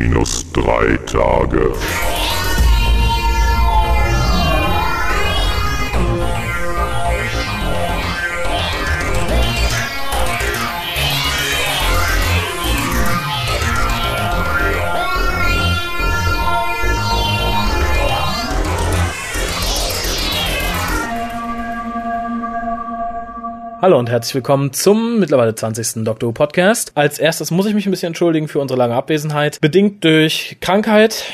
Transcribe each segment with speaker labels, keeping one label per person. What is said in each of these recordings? Speaker 1: T-3 Tage.
Speaker 2: Hallo und herzlich willkommen zum mittlerweile 20. Doctor Who Podcast. Als erstes muss ich mich ein bisschen entschuldigen für unsere lange Abwesenheit. Bedingt durch Krankheit.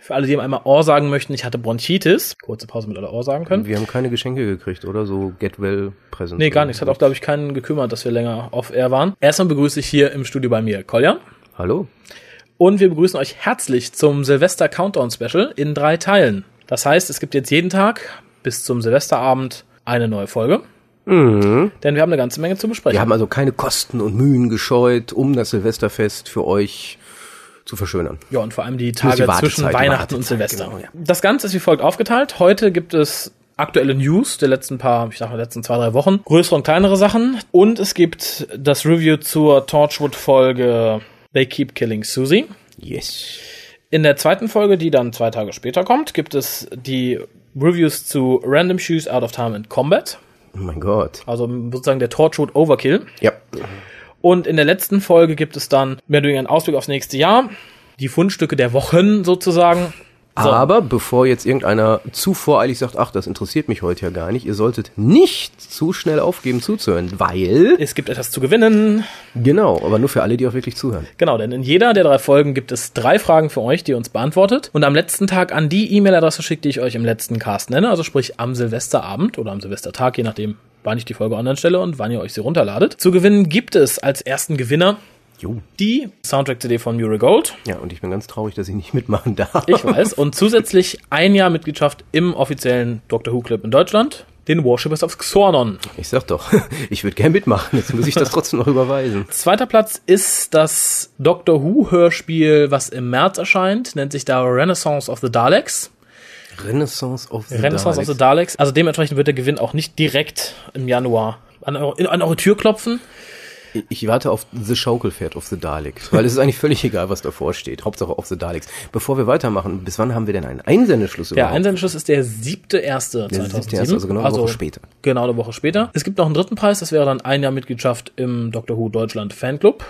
Speaker 2: Für alle, die einmal Ohr sagen möchten, ich hatte Bronchitis. Kurze Pause mit alle Ohr sagen können.
Speaker 3: Wir haben keine Geschenke gekriegt, oder? So Get Well Presents.
Speaker 2: Nee, gar nichts. Hat auch, glaube ich, keinen gekümmert, dass wir länger auf Air waren. Erstmal begrüße ich hier im Studio bei mir Kolja.
Speaker 3: Hallo?
Speaker 2: Und wir begrüßen euch herzlich zum Silvester Countdown Special in drei Teilen. Das heißt, es gibt jetzt jeden Tag bis zum Silvesterabend eine neue Folge. Denn wir haben eine ganze Menge zu besprechen.
Speaker 3: Mhm. Wir haben also keine Kosten und Mühen gescheut, um das Silvesterfest für euch zu verschönern.
Speaker 2: Ja, und vor allem die
Speaker 3: die
Speaker 2: Tage
Speaker 3: Wartezeit,
Speaker 2: zwischen
Speaker 3: die
Speaker 2: Weihnachten und
Speaker 3: Wartezeit,
Speaker 2: Silvester.
Speaker 3: genau, ja.
Speaker 2: Das Ganze ist wie folgt aufgeteilt. Heute gibt es aktuelle News der letzten paar, ich sag mal, letzten zwei, drei Wochen. Größere und kleinere Sachen. Und es gibt das Review zur Torchwood-Folge They Keep Killing Susie.
Speaker 3: Yes.
Speaker 2: In der zweiten Folge, die dann zwei Tage später kommt, gibt es die Reviews zu Random Shoes Out of Time and Combat.
Speaker 3: Oh mein Gott.
Speaker 2: Also sozusagen der Torchwood Overkill.
Speaker 3: Ja.
Speaker 2: Und in der letzten Folge gibt es dann mehr oder weniger einen Ausblick aufs nächste Jahr. Die Fundstücke der Wochen sozusagen. So.
Speaker 3: Aber bevor jetzt irgendeiner zu voreilig sagt, ach, das interessiert mich heute ja gar nicht, ihr solltet nicht zu schnell aufgeben zuzuhören, weil...
Speaker 2: Es gibt etwas zu gewinnen.
Speaker 3: Genau, aber nur für alle, die auch wirklich zuhören.
Speaker 2: Genau, denn in jeder der drei Folgen gibt es drei Fragen für euch, die ihr uns beantwortet. Und am letzten Tag an die E-Mail-Adresse schickt, die ich euch im letzten Cast nenne. Also sprich am Silvesterabend oder am Silvestertag, je nachdem, wann ich die Folge online stelle und wann ihr euch sie runterladet. Zu gewinnen gibt es als ersten Gewinner
Speaker 3: Jo.
Speaker 2: die Soundtrack-CD von Murray Gold.
Speaker 3: Ja, und ich bin ganz traurig, dass ich nicht mitmachen darf.
Speaker 2: Ich weiß. Und zusätzlich ein Jahr Mitgliedschaft im offiziellen Doctor Who Club in Deutschland. Den Worshippers of Xornon.
Speaker 3: Ich sag doch, ich würde gern mitmachen, jetzt muss ich das trotzdem noch überweisen.
Speaker 2: Zweiter Platz ist das Doctor Who Hörspiel, was im März erscheint. Nennt sich da Renaissance of the Daleks.
Speaker 3: Renaissance of the
Speaker 2: Renaissance of the Daleks. Also dementsprechend wird der Gewinn auch nicht direkt im Januar an eure, in- an eure Tür klopfen.
Speaker 3: Ich warte auf The Schaukelpferd, auf The Daleks, weil es ist eigentlich völlig egal, was davor steht. Hauptsache auf The Daleks. Bevor wir weitermachen, bis wann haben wir denn einen Einsendeschluss
Speaker 2: Der
Speaker 3: überhaupt?
Speaker 2: Einsendeschluss ist der siebte erste
Speaker 3: Der 7.1., also genau eine Woche später.
Speaker 2: Genau eine Woche später. Es gibt noch einen dritten Preis, das wäre dann ein Jahr Mitgliedschaft im Doctor Who Deutschland Fanclub.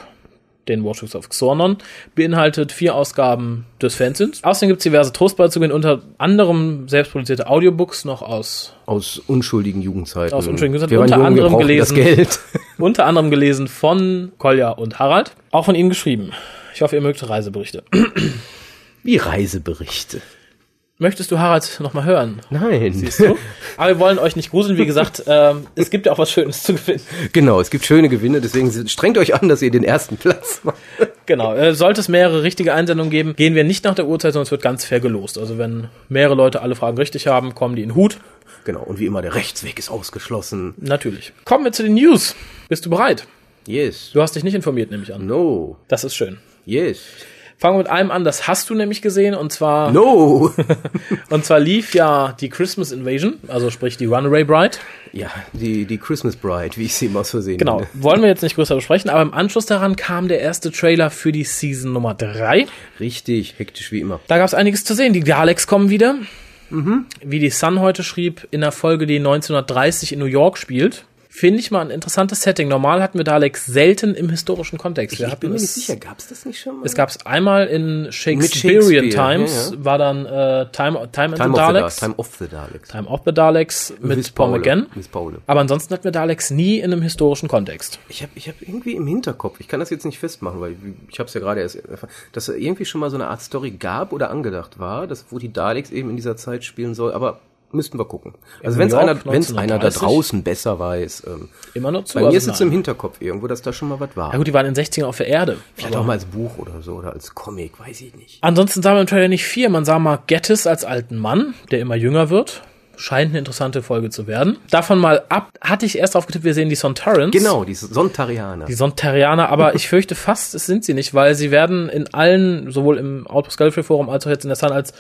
Speaker 2: Den Warships of Xornon beinhaltet vier Ausgaben des Fanzins. Außerdem gibt es diverse Trostbeizugehen, unter anderem selbstproduzierte Audiobooks noch aus,
Speaker 3: aus unschuldigen Jugendzeiten.
Speaker 2: Aus unschuldigen Jugendzeiten.
Speaker 3: Also, Wir waren
Speaker 2: Unter anderem
Speaker 3: jung, wir brauchten das
Speaker 2: gelesen.
Speaker 3: Geld.
Speaker 2: unter anderem gelesen von Kolja und Harald. Auch von ihnen geschrieben. Ich hoffe, ihr mögt Reiseberichte.
Speaker 3: Wie Reiseberichte.
Speaker 2: Möchtest du Harald nochmal hören?
Speaker 3: Nein.
Speaker 2: Siehst du? Aber wir wollen euch nicht gruseln, wie gesagt, ähm, es gibt ja auch was Schönes zu gewinnen.
Speaker 3: Genau, es gibt schöne Gewinne, deswegen strengt euch an, dass ihr den ersten Platz macht.
Speaker 2: Genau, äh, sollte es mehrere richtige Einsendungen geben, gehen wir nicht nach der Uhrzeit, sondern es wird ganz fair gelost. Also wenn mehrere Leute alle Fragen richtig haben, kommen die in den Hut.
Speaker 3: Genau, und wie immer, der Rechtsweg ist ausgeschlossen.
Speaker 2: Natürlich. Kommen wir zu den News. Bist du bereit?
Speaker 3: Yes.
Speaker 2: Du hast dich nicht informiert, nehme ich an.
Speaker 3: No.
Speaker 2: Das ist schön.
Speaker 3: Yes.
Speaker 2: Fangen wir mit einem an, das hast du nämlich gesehen, und zwar,
Speaker 3: No.
Speaker 2: und zwar lief ja die Christmas Invasion, also sprich die Runaway Bride.
Speaker 3: ja, die, die Christmas Bride, wie ich sie immer aus Versehen
Speaker 2: Genau.
Speaker 3: nenne.
Speaker 2: Wollen wir jetzt nicht größer besprechen, aber im Anschluss daran kam der erste Trailer für die Season Nummer 3.
Speaker 3: Richtig, hektisch wie immer.
Speaker 2: Da gab es einiges zu sehen. Die Daleks kommen wieder.
Speaker 3: Mhm.
Speaker 2: Wie die Sun heute schrieb, in der Folge, die 1930 in New York spielt. Finde ich mal ein interessantes Setting. Normal hatten wir Daleks selten im historischen Kontext. Wir
Speaker 3: Ich bin
Speaker 2: hatten
Speaker 3: mir nicht
Speaker 2: es,
Speaker 3: sicher, gab es das nicht schon mal?
Speaker 2: es gab es einmal in
Speaker 3: Shakespeare,
Speaker 2: Shakespearean Times,
Speaker 3: ja,
Speaker 2: war dann äh, Time, Time, and the
Speaker 3: Time of, the
Speaker 2: Daleks.
Speaker 3: Daleks. Time of the Daleks.
Speaker 2: Time of the Daleks mit Paul McGann.
Speaker 3: Miss Paule.
Speaker 2: Aber ansonsten hatten wir Daleks nie in einem historischen Kontext.
Speaker 3: Ich habe ich hab irgendwie im Hinterkopf, ich kann das jetzt nicht festmachen, weil ich- ich habe es ja gerade erst erfahren, dass es irgendwie schon mal so eine Art Story gab oder angedacht war, dass, wo die Daleks eben in dieser Zeit spielen soll, aber müssten wir gucken. Also
Speaker 2: New
Speaker 3: wenn es
Speaker 2: York,
Speaker 3: einer, wenn's einer da
Speaker 2: 1930.
Speaker 3: draußen besser weiß. Ähm,
Speaker 2: Immer nur zu.
Speaker 3: bei mir
Speaker 2: also
Speaker 3: ist es
Speaker 2: nein.
Speaker 3: im Hinterkopf irgendwo, dass da schon mal was war.
Speaker 2: Ja gut, die waren in den 60ern auf der Erde.
Speaker 3: Vielleicht auch mal als Buch oder so oder als Comic, weiß ich nicht.
Speaker 2: Ansonsten sah man im Trailer nicht viel. Man sah mal Gettis als alten Mann, der immer jünger wird. Scheint eine interessante Folge zu werden. Davon mal ab, hatte ich erst aufgetippt, wir sehen die Sontarans.
Speaker 3: Genau, die Sontarianer.
Speaker 2: Die Sontarianer, aber ich fürchte fast, es sind sie nicht, weil sie werden in allen, sowohl im Outpost Gallery Forum als auch jetzt in der Sun als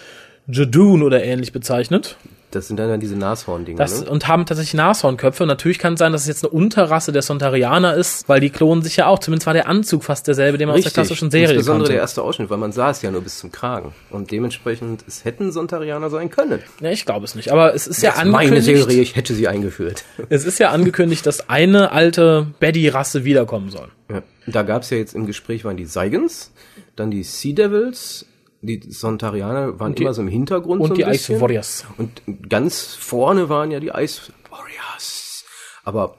Speaker 2: Jadoon oder ähnlich bezeichnet.
Speaker 3: Das sind dann ja diese Nashorn-Dinger.
Speaker 2: Das,
Speaker 3: ne?
Speaker 2: Und haben tatsächlich Nashornköpfe. Und natürlich kann es sein, dass es jetzt eine Unterrasse der Sontarianer ist, weil die klonen sich ja auch. Zumindest war der Anzug fast derselbe, den man aus der klassischen Serie
Speaker 3: Insbesondere
Speaker 2: kannte.
Speaker 3: der erste Ausschnitt, weil man sah es ja nur bis zum Kragen. Und dementsprechend, es hätten Sontarianer sein können.
Speaker 2: Ja, ich glaube es nicht. Aber es ist ja
Speaker 3: Das ist meine
Speaker 2: angekündigt.
Speaker 3: Serie, ich hätte sie eingeführt.
Speaker 2: Es ist ja angekündigt, dass eine alte Betty-Rasse wiederkommen soll.
Speaker 3: Ja. Da gab es ja jetzt im Gespräch waren die Seigens, dann die Sea Devils, die Sontarianer waren immer so im Hintergrund.
Speaker 2: Und
Speaker 3: so ein
Speaker 2: die
Speaker 3: bisschen.
Speaker 2: Ice Warriors.
Speaker 3: Und ganz vorne waren ja die Ice Warriors. Aber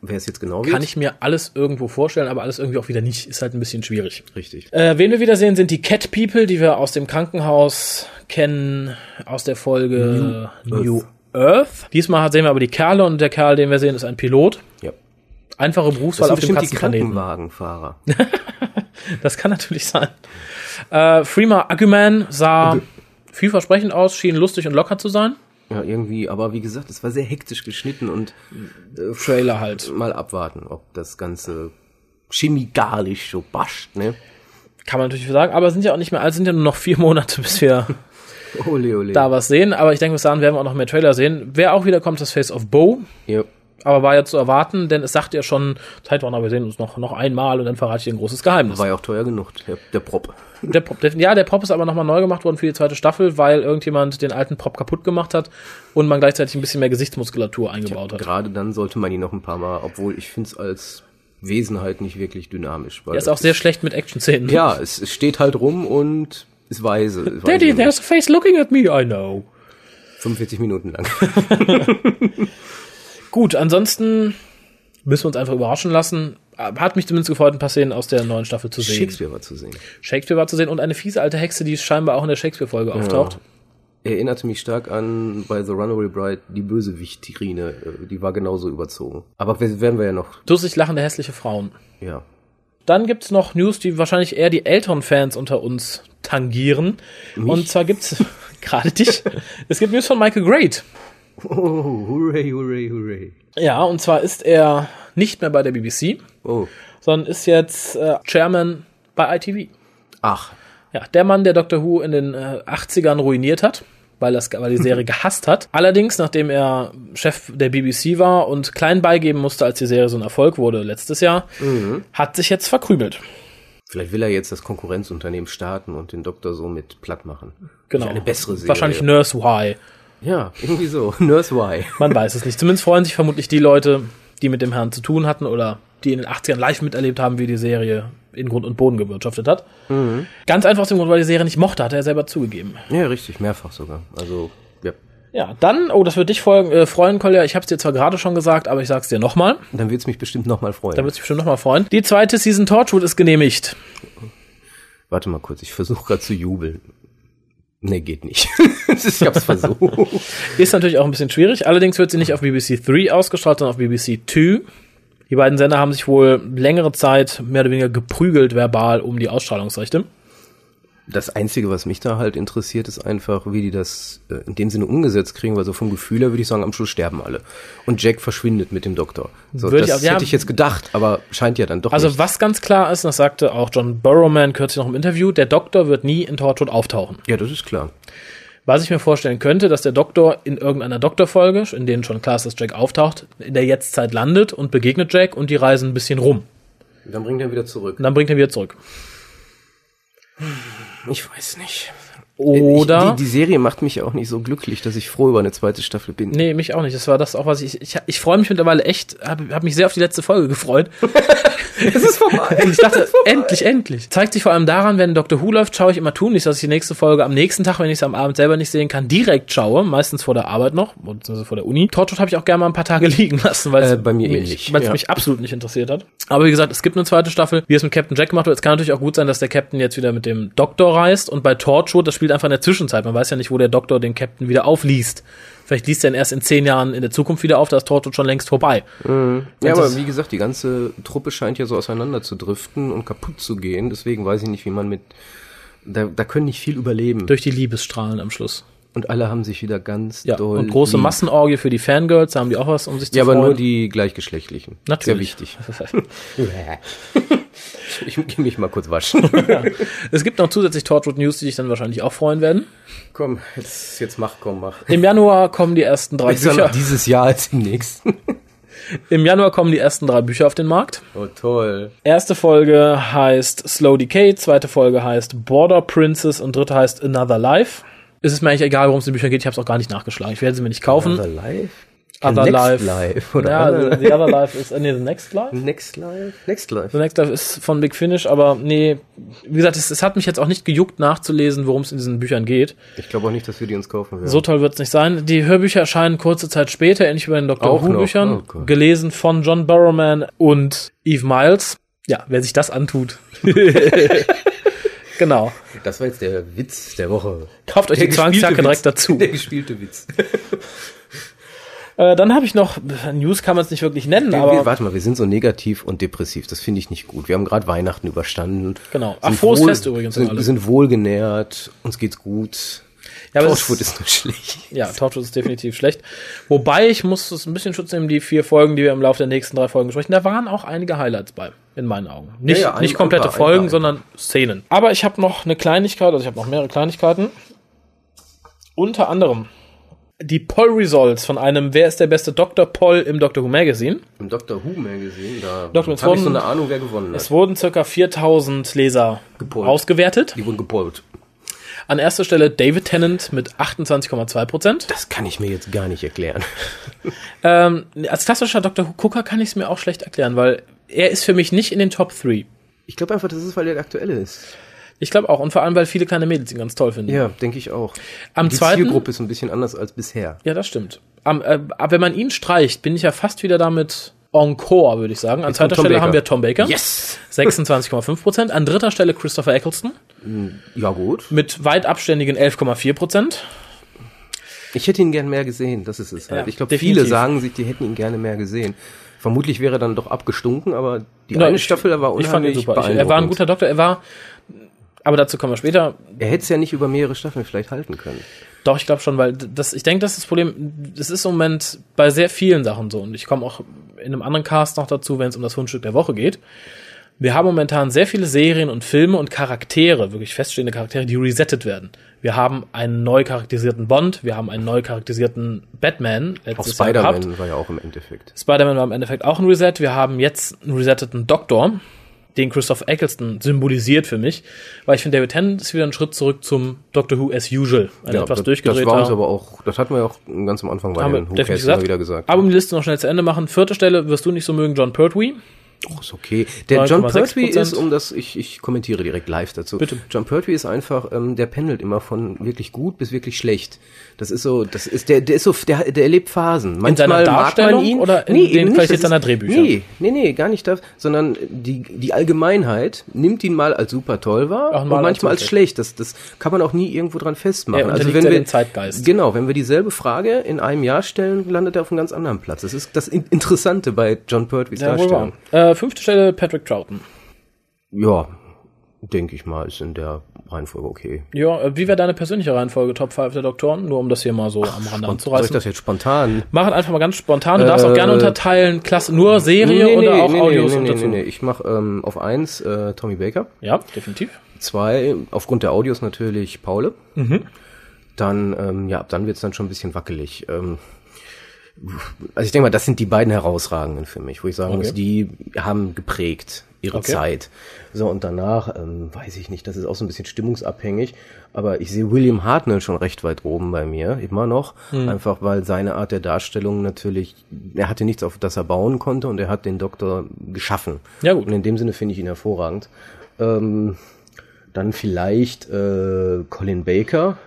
Speaker 3: wer es jetzt genau
Speaker 2: Kann
Speaker 3: wird?
Speaker 2: ich mir alles irgendwo vorstellen, aber alles irgendwie auch wieder nicht. Ist halt ein bisschen schwierig.
Speaker 3: Richtig.
Speaker 2: Äh, wen wir wiedersehen, sind die Cat People, die wir aus dem Krankenhaus kennen, aus der Folge New, Earth. Diesmal hat- sehen wir aber die Kerle und der Kerl, den wir sehen, ist ein Pilot.
Speaker 3: Ja.
Speaker 2: Einfache
Speaker 3: Das
Speaker 2: Berufswahl
Speaker 3: sind
Speaker 2: auf dem
Speaker 3: bestimmt die
Speaker 2: Katzenplaneten.
Speaker 3: Krankenwagenfahrer.
Speaker 2: Das kann natürlich sein. Äh, Freema Aguman sah
Speaker 3: Also-
Speaker 2: vielversprechend aus, schien lustig und locker zu sein.
Speaker 3: Ja, irgendwie, aber wie gesagt, es war sehr hektisch geschnitten und äh,
Speaker 2: Trailer halt.
Speaker 3: mal abwarten, ob das Ganze chemikalisch so bascht, ne?
Speaker 2: Kann man natürlich sagen, aber sind ja auch nicht mehr alt, sind ja nur noch vier Monate, bis wir
Speaker 3: Ole, ole.
Speaker 2: da was sehen. Aber ich denke, bis dahin werden wir auch noch mehr Trailer sehen. Wer auch wieder kommt, ist Face of Bo.
Speaker 3: ja.
Speaker 2: Aber war ja zu erwarten, denn es sagt ja schon, Zeit Warner, wir sehen uns noch, noch einmal und dann verrate ich dir ein großes Geheimnis.
Speaker 3: War ja auch teuer genug, der, der Prop.
Speaker 2: Der Pop, der, ja, der Pop ist aber nochmal neu gemacht worden für die zweite Staffel, weil irgendjemand den alten Pop kaputt gemacht hat und man gleichzeitig ein bisschen mehr Gesichtsmuskulatur eingebaut hat.
Speaker 3: Gerade dann sollte man ihn noch ein paar Mal, obwohl ich finde es als Wesen halt nicht wirklich dynamisch. Weil
Speaker 2: Der ist auch sehr schlecht mit Action-Szenen.
Speaker 3: Ja, es, es steht halt rum und ist weise. Ist
Speaker 2: Daddy,
Speaker 3: weise
Speaker 2: there's a face looking at me, I know.
Speaker 3: 45 Minuten lang.
Speaker 2: Gut, ansonsten müssen wir uns einfach überraschen lassen. Äh, Hat mich zumindest gefreut, ein paar Szenen aus der neuen Staffel zu sehen.
Speaker 3: Shakespeare war zu sehen.
Speaker 2: Shakespeare war zu sehen und eine fiese alte Hexe, die scheinbar auch in der Shakespeare-Folge auftaucht.
Speaker 3: Erinnerte mich stark an bei The Runaway Bride die Bösewicht-Tirine. äh, Die war genauso überzogen. Aber wir- werden wir ja noch,
Speaker 2: Durstig lachende hässliche Frauen.
Speaker 3: ja.
Speaker 2: Dann gibt's noch News, die wahrscheinlich eher die älteren Fans unter uns tangieren. Und zwar gibt's gerade dich. Es gibt News von Michael Great.
Speaker 3: Oh, hooray, hooray, hooray.
Speaker 2: Ja, und zwar ist er nicht mehr bei der BBC,
Speaker 3: Oh,
Speaker 2: sondern ist jetzt äh, Chairman bei ITV.
Speaker 3: ach,
Speaker 2: Ja, der Mann, der Doctor Who in den äh, 80ern ruiniert hat, weil, das, weil die Serie gehasst hat. Allerdings, nachdem er Chef der BBC war und klein beigeben musste, als die Serie so ein Erfolg wurde letztes Jahr,
Speaker 3: Mhm.
Speaker 2: hat sich jetzt verkrümelt.
Speaker 3: vielleicht will er jetzt das Konkurrenzunternehmen starten und den Doktor so mit platt machen.
Speaker 2: Genau.
Speaker 3: Eine bessere Serie.
Speaker 2: Wahrscheinlich Nurse Y.
Speaker 3: Ja, irgendwie so. Nurse Y.
Speaker 2: Man weiß es nicht. Zumindest freuen sich vermutlich die Leute, die mit dem Herrn zu tun hatten oder die in den 80ern live miterlebt haben, wie die Serie in Grund und Boden gewirtschaftet hat.
Speaker 3: Mhm.
Speaker 2: Ganz einfach aus dem Grund, weil die Serie nicht mochte, hat er selber zugegeben.
Speaker 3: Ja, richtig, mehrfach sogar. Also, ja.
Speaker 2: Ja, dann, oh, das wird dich folgen, äh, freuen, Kolja. Ich hab's dir zwar gerade schon gesagt, aber ich sag's dir nochmal.
Speaker 3: Dann wird's mich bestimmt nochmal freuen.
Speaker 2: Da wird sich bestimmt nochmal freuen. Die zweite Season Torchwood ist genehmigt.
Speaker 3: Warte mal kurz, ich versuche gerade zu jubeln. Nee, geht nicht. ich hab's versucht.
Speaker 2: Ist natürlich auch ein bisschen schwierig. Allerdings wird sie nicht auf BBC 3 ausgestrahlt, sondern auf BBC 2. Die beiden Sender haben sich wohl längere Zeit mehr oder weniger geprügelt verbal um die Ausstrahlungsrechte.
Speaker 3: Das Einzige, was mich da halt interessiert, ist einfach, wie die das äh, in dem Sinne umgesetzt kriegen, weil so vom Gefühl her würde ich sagen, am Schluss sterben alle. Und Jack verschwindet mit dem Doktor. So,
Speaker 2: Würde ich
Speaker 3: das
Speaker 2: auch- ja.
Speaker 3: hätte ich jetzt gedacht, aber scheint ja dann doch
Speaker 2: Also
Speaker 3: nicht.
Speaker 2: was ganz klar ist, und das sagte auch John Burrowman kürzlich noch im Interview, der Doktor wird nie in Torchwood auftauchen.
Speaker 3: Ja, das ist klar.
Speaker 2: Was ich mir vorstellen könnte, dass der Doktor in irgendeiner Doktorfolge, in denen schon klar ist, dass Jack auftaucht, in der Jetztzeit landet und begegnet Jack und die reisen ein bisschen rum.
Speaker 3: Dann bringt er wieder zurück.
Speaker 2: Und dann bringt er ihn wieder zurück.
Speaker 3: Ich weiß nicht.
Speaker 2: Oder...
Speaker 3: Ich, die, die Serie macht mich auch nicht so glücklich, dass ich froh über eine zweite Staffel bin.
Speaker 2: Nee, mich auch nicht. Das war das auch, was ich. Ich, ich freue mich mittlerweile echt, habe hab mich sehr auf die letzte Folge gefreut.
Speaker 3: Es ist vorbei.
Speaker 2: Ich dachte, endlich, endlich. Zeigt sich vor allem daran, wenn Dr. Who läuft, schaue ich immer tunlich, dass ich die nächste Folge am nächsten Tag, wenn ich es am Abend selber nicht sehen kann, direkt schaue. Meistens vor der Arbeit noch, beziehungsweise vor der Uni. Torchwood habe ich auch gerne mal ein paar Tage liegen lassen, weil es
Speaker 3: Äh, bei mir
Speaker 2: mich,
Speaker 3: ähnlich,
Speaker 2: weil's
Speaker 3: ja.
Speaker 2: mich absolut nicht interessiert hat. Aber wie gesagt, es gibt eine zweite Staffel, wie es mit Captain Jack gemacht wird. Es kann natürlich auch gut sein, dass der Captain jetzt wieder mit dem Doktor reist und bei Torchwood, das spielt einfach in der Zwischenzeit. Man weiß ja nicht, wo der Doktor den Captain wieder aufliest. Vielleicht liest er ihn erst in zehn Jahren in der Zukunft wieder auf, da ist Torchwood schon längst vorbei.
Speaker 3: Mhm. Ja,
Speaker 2: Und
Speaker 3: aber
Speaker 2: das-
Speaker 3: wie gesagt, die ganze Truppe scheint ja so auseinander zu driften und kaputt zu gehen. Deswegen weiß ich nicht, wie man mit. Da, da können nicht viel überleben.
Speaker 2: Durch die Liebesstrahlen am Schluss.
Speaker 3: Und alle haben sich wieder ganz
Speaker 2: Ja,
Speaker 3: doll.
Speaker 2: und große
Speaker 3: lieb.
Speaker 2: Massenorgie für die Fangirls, da haben die auch was, um sich zu
Speaker 3: Ja, aber
Speaker 2: freuen.
Speaker 3: nur die gleichgeschlechtlichen.
Speaker 2: Natürlich.
Speaker 3: Sehr wichtig.
Speaker 2: wichtig.
Speaker 3: Ich gehe mich mal kurz waschen.
Speaker 2: Es gibt noch zusätzlich Torchwood News, die dich dann wahrscheinlich auch freuen werden.
Speaker 3: komm, jetzt, jetzt mach, komm, mach.
Speaker 2: Im Januar kommen die ersten drei
Speaker 3: Besser noch
Speaker 2: Bücher.
Speaker 3: dieses Jahr als im nächsten.
Speaker 2: Im Januar kommen die ersten drei Bücher auf den Markt.
Speaker 3: Oh, toll.
Speaker 2: Erste Folge heißt Slow Decay, zweite Folge heißt Border Princess und dritte heißt Another Life. Ist es mir eigentlich egal, worum es in den Büchern geht. Ich habe es auch gar nicht nachgeschlagen. Ich werde sie mir nicht kaufen.
Speaker 3: Life?
Speaker 2: Hm. Other
Speaker 3: Next
Speaker 2: Life.
Speaker 3: Life, oder?
Speaker 2: Ja,
Speaker 3: Other
Speaker 2: the, the Other Life ist, nee, The Next Life?
Speaker 3: Next Life? Next
Speaker 2: The
Speaker 3: Life.
Speaker 2: Next Life ist von Big Finish, aber nee, wie gesagt, es, es hat mich jetzt auch nicht gejuckt nachzulesen, worum es in diesen Büchern geht.
Speaker 3: Ich glaube auch nicht, dass wir die uns kaufen werden.
Speaker 2: So toll wird's nicht sein. Die Hörbücher erscheinen kurze Zeit später, ähnlich wie bei den Dr.
Speaker 3: Auch noch.
Speaker 2: Who-Büchern,
Speaker 3: Oh Gott.
Speaker 2: gelesen von John Barrowman und Eve Miles. Ja, wer sich das antut. genau.
Speaker 3: Das war jetzt der Witz der Woche.
Speaker 2: Kauft euch die Zwangsjacke direkt dazu.
Speaker 3: Der gespielte Witz.
Speaker 2: Äh, dann habe ich noch, News kann man es nicht wirklich nennen,
Speaker 3: wir,
Speaker 2: aber
Speaker 3: warte mal, wir sind so negativ und depressiv. Das finde ich nicht gut. Wir haben gerade Weihnachten überstanden. und
Speaker 2: Genau. Ach,
Speaker 3: sind
Speaker 2: frohes Fest übrigens an
Speaker 3: Sind,
Speaker 2: alle.
Speaker 3: sind wohlgenährt, uns geht's gut.
Speaker 2: Ja, aber es
Speaker 3: Torchwood
Speaker 2: ist-
Speaker 3: ist nur schlecht.
Speaker 2: ja, Torchwood ist definitiv schlecht. Wobei, ich muss es ein bisschen Schutz nehmen, die vier Folgen, die wir im Laufe der nächsten drei Folgen besprechen, da waren auch einige Highlights bei, in meinen Augen. Nicht,
Speaker 3: ja, ein-
Speaker 2: nicht komplette
Speaker 3: ein paar, ein
Speaker 2: Folgen,
Speaker 3: paar, ein
Speaker 2: sondern Szenen. Aber ich habe noch eine Kleinigkeit, also ich habe noch mehrere Kleinigkeiten. Unter anderem die Poll-Results von einem Wer ist der beste Dr. Poll im Dr. Who Magazine.
Speaker 3: Im Dr. Who Magazine, da
Speaker 2: Dr.
Speaker 3: habe ich so
Speaker 2: Who-
Speaker 3: eine Ahnung, wer gewonnen
Speaker 2: Es
Speaker 3: hat.
Speaker 2: wurden circa 4000 Leser
Speaker 3: Gepollt.
Speaker 2: ausgewertet.
Speaker 3: Die wurden gepollt.
Speaker 2: An erster Stelle David Tennant mit 28,2 Prozent.
Speaker 3: Das kann ich mir jetzt gar nicht erklären.
Speaker 2: Ähm, als klassischer Dr. Who Gucker kann ich es mir auch schlecht erklären, weil er ist für mich nicht in den Top 3.
Speaker 3: Ich glaube einfach, das ist, weil der aktuelle ist.
Speaker 2: Ich glaube auch. Und vor allem, weil viele kleine Mädels ihn ganz toll finden.
Speaker 3: Ja, denke ich auch.
Speaker 2: Am
Speaker 3: die
Speaker 2: zweiten-
Speaker 3: Zielgruppe ist ein bisschen anders als bisher.
Speaker 2: Ja, das stimmt. Am, äh, aber wenn man ihn streicht, bin ich ja fast wieder damit encore, würde ich sagen. An zweiter
Speaker 3: kommt Tom
Speaker 2: Stelle
Speaker 3: Baker.
Speaker 2: haben wir Tom Baker.
Speaker 3: Yes!
Speaker 2: 26,5 Prozent. An dritter Stelle Christopher Eccleston
Speaker 3: Ja, gut.
Speaker 2: mit weit abständigen 11,4 Prozent.
Speaker 3: Ich hätte ihn gern mehr gesehen, das ist es halt.
Speaker 2: Ja,
Speaker 3: ich glaube,
Speaker 2: definitiv.
Speaker 3: viele sagen sich, die hätten ihn gerne mehr gesehen. Vermutlich wäre er dann doch abgestunken, aber die
Speaker 2: Ja,
Speaker 3: eine
Speaker 2: ich-
Speaker 3: Staffel da war
Speaker 2: Ich fand ihn
Speaker 3: unheimlich
Speaker 2: super. Ich, er war ein guter Doktor. Er war, aber dazu kommen wir später.
Speaker 3: Er hätte es ja nicht über mehrere Staffeln vielleicht halten können.
Speaker 2: Doch, ich glaube schon, weil das, ich denke, das ist das Problem, es ist im Moment bei sehr vielen Sachen so und ich komme auch in einem anderen Cast noch dazu, wenn es um das Fundstück der Woche geht. Wir haben momentan sehr viele Serien und Filme und Charaktere, wirklich feststehende Charaktere, die resettet werden. Wir haben einen neu charakterisierten Bond, wir haben einen neu charakterisierten Batman
Speaker 3: Auch
Speaker 2: letztes Jahr gehabt.
Speaker 3: Spider-Man war ja auch im Endeffekt.
Speaker 2: Spider-Man war im Endeffekt auch ein Reset. Wir haben jetzt einen resetteten Doktor, den Christoph Eccleston symbolisiert für mich, weil ich finde, David Tennant ist wieder einen Schritt zurück zum Doctor Who as usual. Ein etwas
Speaker 3: das,
Speaker 2: durchgedrehter.
Speaker 3: das war uns aber auch, das hatten wir ja auch ganz am Anfang bei
Speaker 2: Haben wir
Speaker 3: den Who
Speaker 2: definitiv
Speaker 3: Cares immer
Speaker 2: gesagt.
Speaker 3: wieder gesagt.
Speaker 2: Aber um die Liste noch schnell zu Ende machen, vierte Stelle wirst du nicht so mögen, John Pertwee.
Speaker 3: Oh, ist okay. Der John
Speaker 2: 9,6%.
Speaker 3: Pertwee ist, um das, ich, ich kommentiere direkt live dazu.
Speaker 2: Bitte.
Speaker 3: John Pertwee ist einfach, ähm, der pendelt immer von wirklich gut bis wirklich schlecht. Das ist so, das ist, der, der ist so, der, der erlebt Phasen. Manchmal
Speaker 2: seiner
Speaker 3: mag man
Speaker 2: Darstellung
Speaker 3: ihn.
Speaker 2: oder in den
Speaker 3: eben nicht.
Speaker 2: Qualität
Speaker 3: Das ist-
Speaker 2: seiner Drehbücher?
Speaker 3: Nee, nee, nee, gar nicht das, sondern die, die Allgemeinheit nimmt ihn mal als super toll wahr
Speaker 2: Auch mal
Speaker 3: und
Speaker 2: als
Speaker 3: manchmal als
Speaker 2: unfähig.
Speaker 3: schlecht. Das, das kann man auch nie irgendwo dran festmachen. Also
Speaker 2: Er unterliegt ja dem Zeitgeist.
Speaker 3: Genau, wenn wir dieselbe Frage in einem Jahr stellen, landet er auf einem ganz anderen Platz. Das ist das In- Interessante bei John Pertwees Darstellung.
Speaker 2: Äh, fünfte Stelle Patrick Troughton.
Speaker 3: Ja, denke ich mal, ist in der Reihenfolge okay.
Speaker 2: Ja, äh, wie wäre deine persönliche Reihenfolge Top 5 der Doktoren? Nur um das hier mal so am Rande
Speaker 3: Soll ich
Speaker 2: anzureißen.
Speaker 3: das jetzt spontan?
Speaker 2: Machen einfach mal ganz spontan. Du darfst auch
Speaker 3: Äh,
Speaker 2: gerne unterteilen, Klasse, nur Serie oder auch Audios und dazu.
Speaker 3: Ich mache ähm, auf eins äh, Tommy Baker,
Speaker 2: Ja, definitiv.
Speaker 3: zwei aufgrund der Audios natürlich Paule. Dann, ähm, ja, ab dann wird's dann schon ein bisschen wackelig. Ähm, also ich denke mal, das sind die beiden herausragenden für mich, wo ich sagen muss, die haben geprägt ihre
Speaker 2: Okay.
Speaker 3: Zeit. So, und danach, ähm, weiß ich nicht, das ist auch so ein bisschen stimmungsabhängig, aber ich sehe William Hartnell schon recht weit oben bei mir, immer noch, einfach weil seine Art der Darstellung natürlich, er hatte nichts, auf das er bauen konnte und er hat den Doktor geschaffen.
Speaker 2: Ja, gut.
Speaker 3: Und in dem Sinne finde ich ihn hervorragend. Ähm, dann vielleicht äh, Colin Baker.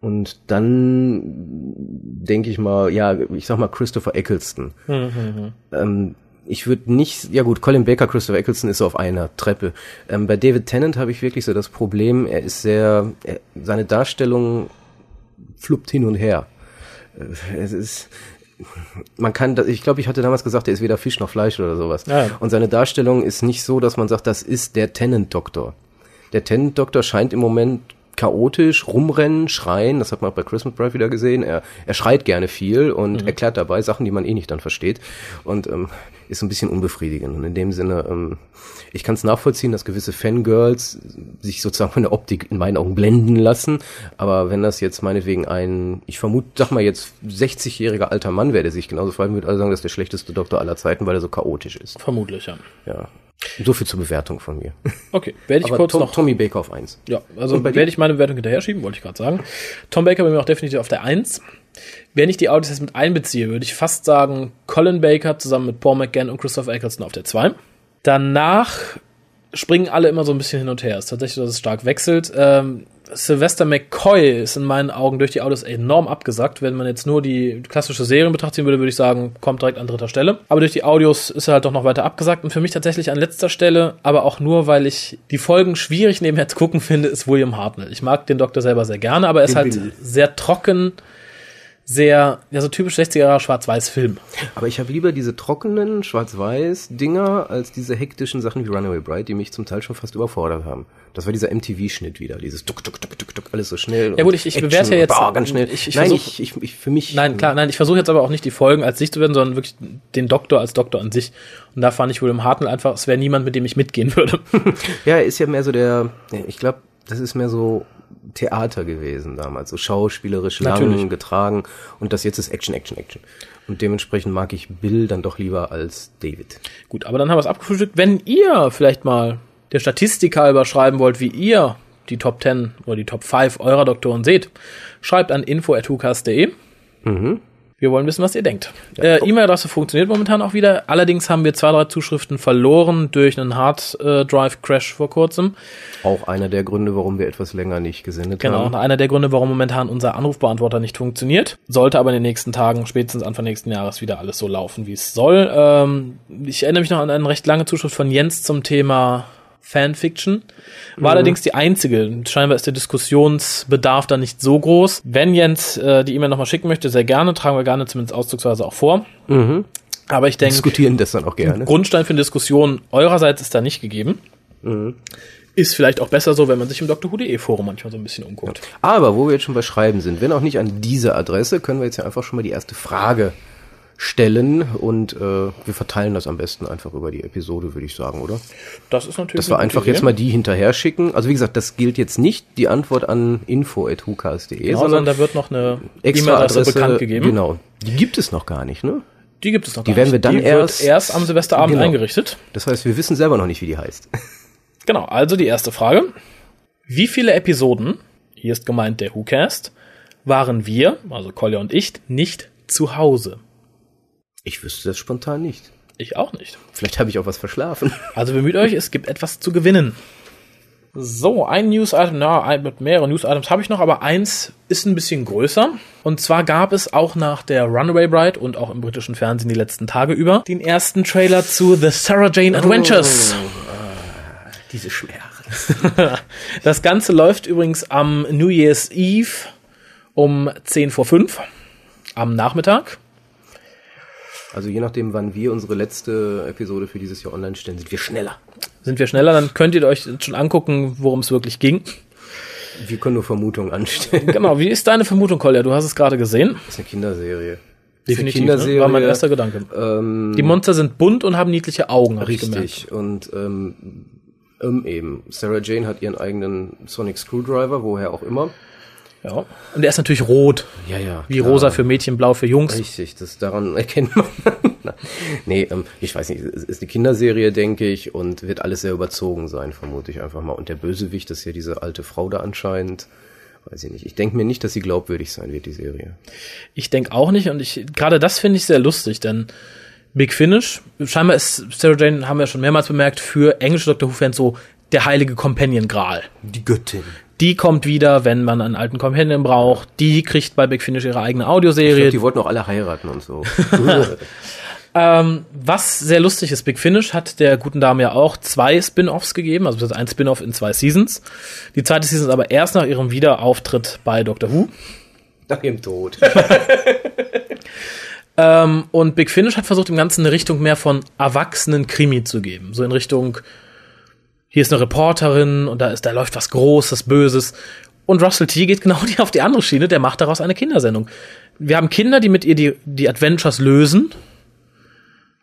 Speaker 3: Und dann denke ich mal, ja, ich sag mal Christopher Eccleston. ähm, ich würde nicht, ja gut, Colin Baker, Christopher Eccleston ist so auf einer Treppe. Ähm, bei David Tennant habe ich wirklich so das Problem, er ist sehr, er, seine Darstellung fluppt hin und her. Äh, Es ist, man kann, da- ich glaube, ich hatte damals gesagt, er ist weder Fisch noch Fleisch oder sowas.
Speaker 2: Ja, ja.
Speaker 3: Und seine Darstellung ist nicht so, dass man sagt, das ist der Tennant-Doktor. Der Tennant-Doktor scheint im Moment chaotisch, rumrennen, schreien. Das hat man auch bei Christmas Bride wieder gesehen. Er, er schreit gerne viel und erklärt dabei Sachen, die man eh nicht dann versteht. Und ähm, ist ein bisschen unbefriedigend. Und in dem Sinne, ähm, ich kann es nachvollziehen, dass gewisse Fangirls sich sozusagen von der Optik in meinen Augen blenden lassen. Aber wenn das jetzt meinetwegen ein, ich vermute, sag mal jetzt 60-jähriger alter Mann wäre, der sich genauso freuen würde, also sagen, das ist der schlechteste Doktor aller Zeiten, weil er so chaotisch ist.
Speaker 2: Vermutlich, ja.
Speaker 3: Ja. So viel zur Bewertung von mir.
Speaker 2: Okay, werde ich
Speaker 3: Aber
Speaker 2: kurz
Speaker 3: Tom,
Speaker 2: noch.
Speaker 3: Tommy Baker auf eins.
Speaker 2: Ja, also
Speaker 3: Und bei dir?
Speaker 2: werde ich meine Bewertung hinterher schieben, wollte ich gerade sagen. Tom Baker bei mir auch definitiv auf der 1. Wenn ich die Odysseys mit einbeziehe, würde ich fast sagen, Colin Baker zusammen mit Paul McGann und Christopher Eccleston auf der 2. Danach springen alle immer so ein bisschen hin und her. Es ist tatsächlich, dass es stark wechselt. Ähm, Sylvester McCoy ist in meinen Augen durch die Autos enorm abgesagt. Wenn man jetzt nur die klassische Serie betrachten würde, würde ich sagen, kommt direkt an dritter Stelle. Aber durch die Audios ist er halt doch noch weiter abgesagt. Und für mich tatsächlich an letzter Stelle, aber auch nur, weil ich die Folgen schwierig nebenher zu gucken finde, ist William Hartnell. Ich mag den Doktor selber sehr gerne, aber er ist
Speaker 3: Den
Speaker 2: halt
Speaker 3: Willi.
Speaker 2: sehr trocken, sehr, ja, so typisch 60er Jahre Schwarz-Weiß-Film.
Speaker 3: Aber ich habe lieber diese trockenen Schwarz-Weiß-Dinger als diese hektischen Sachen wie Runaway Bride, die mich zum Teil schon fast überfordert haben. Das war dieser MTV-Schnitt wieder, dieses tuk tuk tuk tuk tuk alles so schnell.
Speaker 2: Ja,
Speaker 3: und
Speaker 2: gut, ich- ich
Speaker 3: Action
Speaker 2: bewerte ja
Speaker 3: und
Speaker 2: jetzt-
Speaker 3: Bah, ganz schnell.
Speaker 2: ich- ich
Speaker 3: Nein,
Speaker 2: versuch-
Speaker 3: ich, ich, ich, für mich.
Speaker 2: Nein, klar, nein, ich versuche jetzt aber auch nicht die Folgen als sich zu werden, sondern wirklich den Doktor als Doktor an sich. Und da fand ich William Hartnell einfach, es wäre niemand, mit dem ich mitgehen würde.
Speaker 3: Ja, er ist ja mehr so der, ja, ich glaube, das ist mehr so Theater gewesen damals, so schauspielerisch lang
Speaker 2: Natürlich.
Speaker 3: getragen und das jetzt ist Action, Action, Action. Und dementsprechend mag ich Bill dann doch lieber als David.
Speaker 2: Gut, aber dann haben wir es abgefrühstückt. Wenn ihr vielleicht mal der Statistik halber schreiben wollt, wie ihr die Top 10 oder die Top 5 eurer Doktoren seht, schreibt an info.hucast.de. Wir wollen wissen, was ihr denkt. äh, E-Mail-Adresse funktioniert momentan auch wieder. Allerdings haben wir zwei, drei Zuschriften verloren durch einen Hard-Drive-Crash vor kurzem.
Speaker 3: Auch einer der Gründe, warum wir etwas länger nicht gesendet
Speaker 2: Genau,
Speaker 3: haben.
Speaker 2: und einer der Gründe, warum momentan unser Anrufbeantworter nicht funktioniert. Sollte aber in den nächsten Tagen, spätestens Anfang nächsten Jahres, wieder alles so laufen, wie es soll. Ähm, ich erinnere mich noch an eine recht lange Zuschrift von Jens zum Thema Fanfiction.
Speaker 3: Mhm.
Speaker 2: War allerdings die einzige. Scheinbar ist der Diskussionsbedarf da nicht so groß. Wenn Jens äh, die E-Mail nochmal schicken möchte, sehr gerne, tragen wir gerne zumindest auszugsweise auch vor. Aber ich denke,
Speaker 3: Mhm. Diskutieren das dann auch gerne.
Speaker 2: Grundstein für eine Diskussion eurerseits ist da nicht gegeben.
Speaker 3: Mhm.
Speaker 2: Ist vielleicht auch besser so, wenn man sich im Dr. Who.de E Forum manchmal so ein bisschen umguckt.
Speaker 3: Aber wo wir jetzt schon bei Schreiben sind, wenn auch nicht an diese Adresse, können wir jetzt ja einfach schon mal die erste Frage stellen und äh, wir verteilen das am besten einfach über die Episode, würde ich sagen, oder?
Speaker 2: Das ist natürlich.
Speaker 3: Dass wir
Speaker 2: eine
Speaker 3: einfach
Speaker 2: gute
Speaker 3: jetzt
Speaker 2: Idee.
Speaker 3: mal die hinterher schicken. Also wie gesagt, das gilt jetzt nicht die Antwort an info.hukas.de,
Speaker 2: Genau, sondern
Speaker 3: sondern
Speaker 2: da wird noch eine
Speaker 3: extra
Speaker 2: E-Mail-Adresse
Speaker 3: Adresse
Speaker 2: bekannt gegeben.
Speaker 3: Genau. Die gibt es noch gar nicht, ne?
Speaker 2: Die gibt es noch.
Speaker 3: Die
Speaker 2: gar
Speaker 3: werden
Speaker 2: nicht.
Speaker 3: wir dann
Speaker 2: die
Speaker 3: erst-
Speaker 2: Wird erst am Silvesterabend
Speaker 3: Genau.
Speaker 2: eingerichtet.
Speaker 3: Das heißt, wir wissen selber noch nicht, wie die heißt.
Speaker 2: Genau. Also die erste Frage: Wie viele Episoden, hier ist gemeint der WhoCast, waren wir, also Kolja und ich, nicht zu Hause?
Speaker 3: Ich wüsste das spontan nicht.
Speaker 2: Ich auch nicht.
Speaker 3: Vielleicht habe ich auch was verschlafen.
Speaker 2: Also bemüht euch, es gibt etwas zu gewinnen. So, ein News-Item, na, ein, mit mehreren News-Items habe ich noch, aber eins ist ein bisschen größer. Und zwar gab es auch nach der Runaway Bride und auch im britischen Fernsehen die letzten Tage über den ersten Trailer zu The Sarah Jane Adventures.
Speaker 3: Ah, Diese Schmerz.
Speaker 2: Das Ganze läuft übrigens am New Year's Eve um 10 vor 5 am Nachmittag.
Speaker 3: Also je nachdem, wann wir unsere letzte Episode für dieses Jahr online stellen, sind wir schneller.
Speaker 2: Sind wir schneller, dann könnt ihr euch jetzt schon angucken, worum es wirklich ging.
Speaker 3: Wir können nur Vermutungen anstellen.
Speaker 2: Genau, wie ist deine Vermutung, Kolja? Du hast es gerade gesehen.
Speaker 3: Das ist eine Kinderserie.
Speaker 2: Definitiv,
Speaker 3: Das ist eine
Speaker 2: ne? war mein erster Gedanke.
Speaker 3: ähm,
Speaker 2: Die Monster sind bunt und haben niedliche Augen, habe ich gemerkt.
Speaker 3: Richtig. Und ähm, ähm, eben. Sarah Jane hat ihren eigenen Sonic Screwdriver, woher auch immer.
Speaker 2: Ja. Und der ist natürlich rot.
Speaker 3: Ja, ja.
Speaker 2: Wie rosa für Mädchen, blau für Jungs.
Speaker 3: Richtig, das daran erkennt man. Nein. nee, ähm, ich weiß nicht, es ist eine Kinderserie, denke ich, und wird alles sehr überzogen sein, vermute ich einfach mal. Und der Bösewicht ist ja diese alte Frau da anscheinend. Weiß ich nicht. Ich denke mir nicht, dass sie glaubwürdig sein wird, die Serie.
Speaker 2: Ich denke auch nicht. Und ich gerade das finde ich sehr lustig, denn Big Finish, scheinbar ist Sarah Jane, haben wir schon mehrmals bemerkt, für englische Doctor Who-Fans so der heilige Companion Gral.
Speaker 3: Die Göttin.
Speaker 2: Die kommt wieder, wenn man einen alten Companion braucht. Die kriegt bei Big Finish ihre eigene Audioserie.
Speaker 3: Glaub, die wollten auch alle heiraten und so.
Speaker 2: Was sehr lustig ist, Big Finish hat der guten Dame ja auch zwei Spin-offs gegeben, also das heißt, ein Spin-off in zwei Seasons. Die zweite Season ist aber erst nach ihrem Wiederauftritt bei Doctor Who.
Speaker 3: Nach ihrem Tod.
Speaker 2: Und Big Finish hat versucht, dem Ganzen eine Richtung mehr von erwachsenen Krimi zu geben. So in Richtung, hier ist eine Reporterin und da ist, da läuft was Großes, Böses. Und Russell T geht genau die auf die andere Schiene, der macht daraus eine Kindersendung. Wir haben Kinder, die mit ihr die, die Adventures lösen,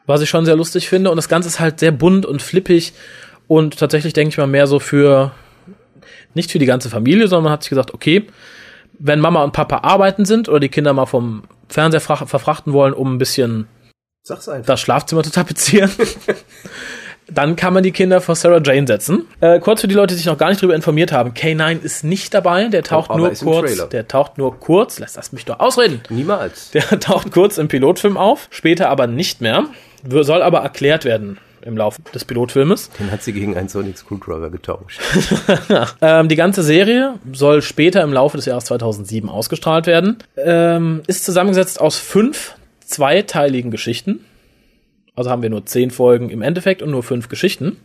Speaker 2: was ich schon sehr lustig finde. Und das Ganze ist halt sehr bunt und flippig und tatsächlich denke ich mal mehr so für, nicht für die ganze Familie, sondern man hat sich gesagt, okay, wenn Mama und Papa arbeiten sind oder die Kinder mal vom Fernseher frach- verfrachten wollen, um ein bisschen
Speaker 3: Sag's einfach.
Speaker 2: das Schlafzimmer zu tapezieren. Dann kann man die Kinder vor Sarah Jane setzen. Äh, kurz für die Leute, die sich noch gar nicht darüber informiert haben: K9 ist nicht dabei, der taucht
Speaker 3: aber
Speaker 2: nur
Speaker 3: ist im Trailer.
Speaker 2: kurz. Der taucht nur kurz. Lass das mich doch ausreden.
Speaker 3: Niemals.
Speaker 2: Der taucht kurz im Pilotfilm auf, später aber nicht mehr. W- Soll aber erklärt werden im Laufe des Pilotfilmes.
Speaker 3: Den hat sie gegen einen Sonic Screwdriver getauscht.
Speaker 2: Ähm, die ganze Serie soll später im Laufe des Jahres 2007 ausgestrahlt werden. Ähm, ist zusammengesetzt aus fünf zweiteiligen Geschichten. Also haben wir nur zehn Folgen im Endeffekt und nur fünf Geschichten.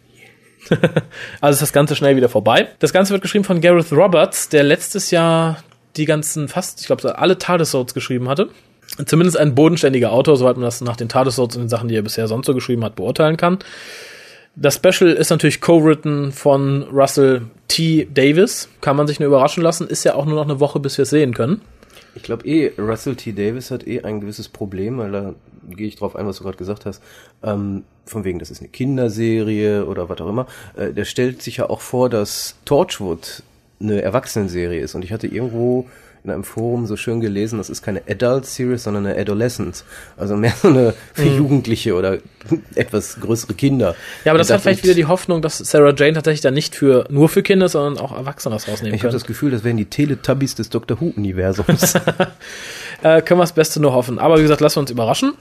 Speaker 2: also ist das Ganze schnell wieder vorbei. Das Ganze wird geschrieben von Gareth Roberts, der letztes Jahr die ganzen fast, ich glaube, alle Tardis-Sodes geschrieben hatte. Zumindest ein bodenständiger Autor, soweit man das nach den Tardis-Sodes und den Sachen, die er bisher sonst so geschrieben hat, beurteilen kann. Das Special ist natürlich co-written von Russell T. Davis. Kann man sich nur überraschen lassen. Ist ja auch nur noch eine Woche, bis wir es sehen können.
Speaker 3: Ich glaube eh, Russell T. Davis hat eh ein gewisses Problem, weil da gehe ich drauf ein, was du gerade gesagt hast. Ähm, von wegen, das ist eine Kinderserie oder was auch immer. Äh, der stellt sich ja auch vor, dass Torchwood eine Erwachsenenserie ist. Und ich hatte irgendwo in einem Forum so schön gelesen, das ist keine Adult Series, sondern eine Adolescence. Also mehr so eine für Jugendliche oder etwas größere Kinder.
Speaker 2: Mhm. Ja, aber das
Speaker 3: Und
Speaker 2: hat vielleicht wieder die Hoffnung, dass Sarah Jane tatsächlich dann nicht für, nur für Kinder, sondern auch Erwachsene das rausnehmen
Speaker 3: Ich habe
Speaker 2: können.
Speaker 3: das Gefühl, das wären die Teletubbies des Doctor Who-Universums.
Speaker 2: Äh, können wir das Beste nur hoffen. Aber wie gesagt, lassen wir uns überraschen.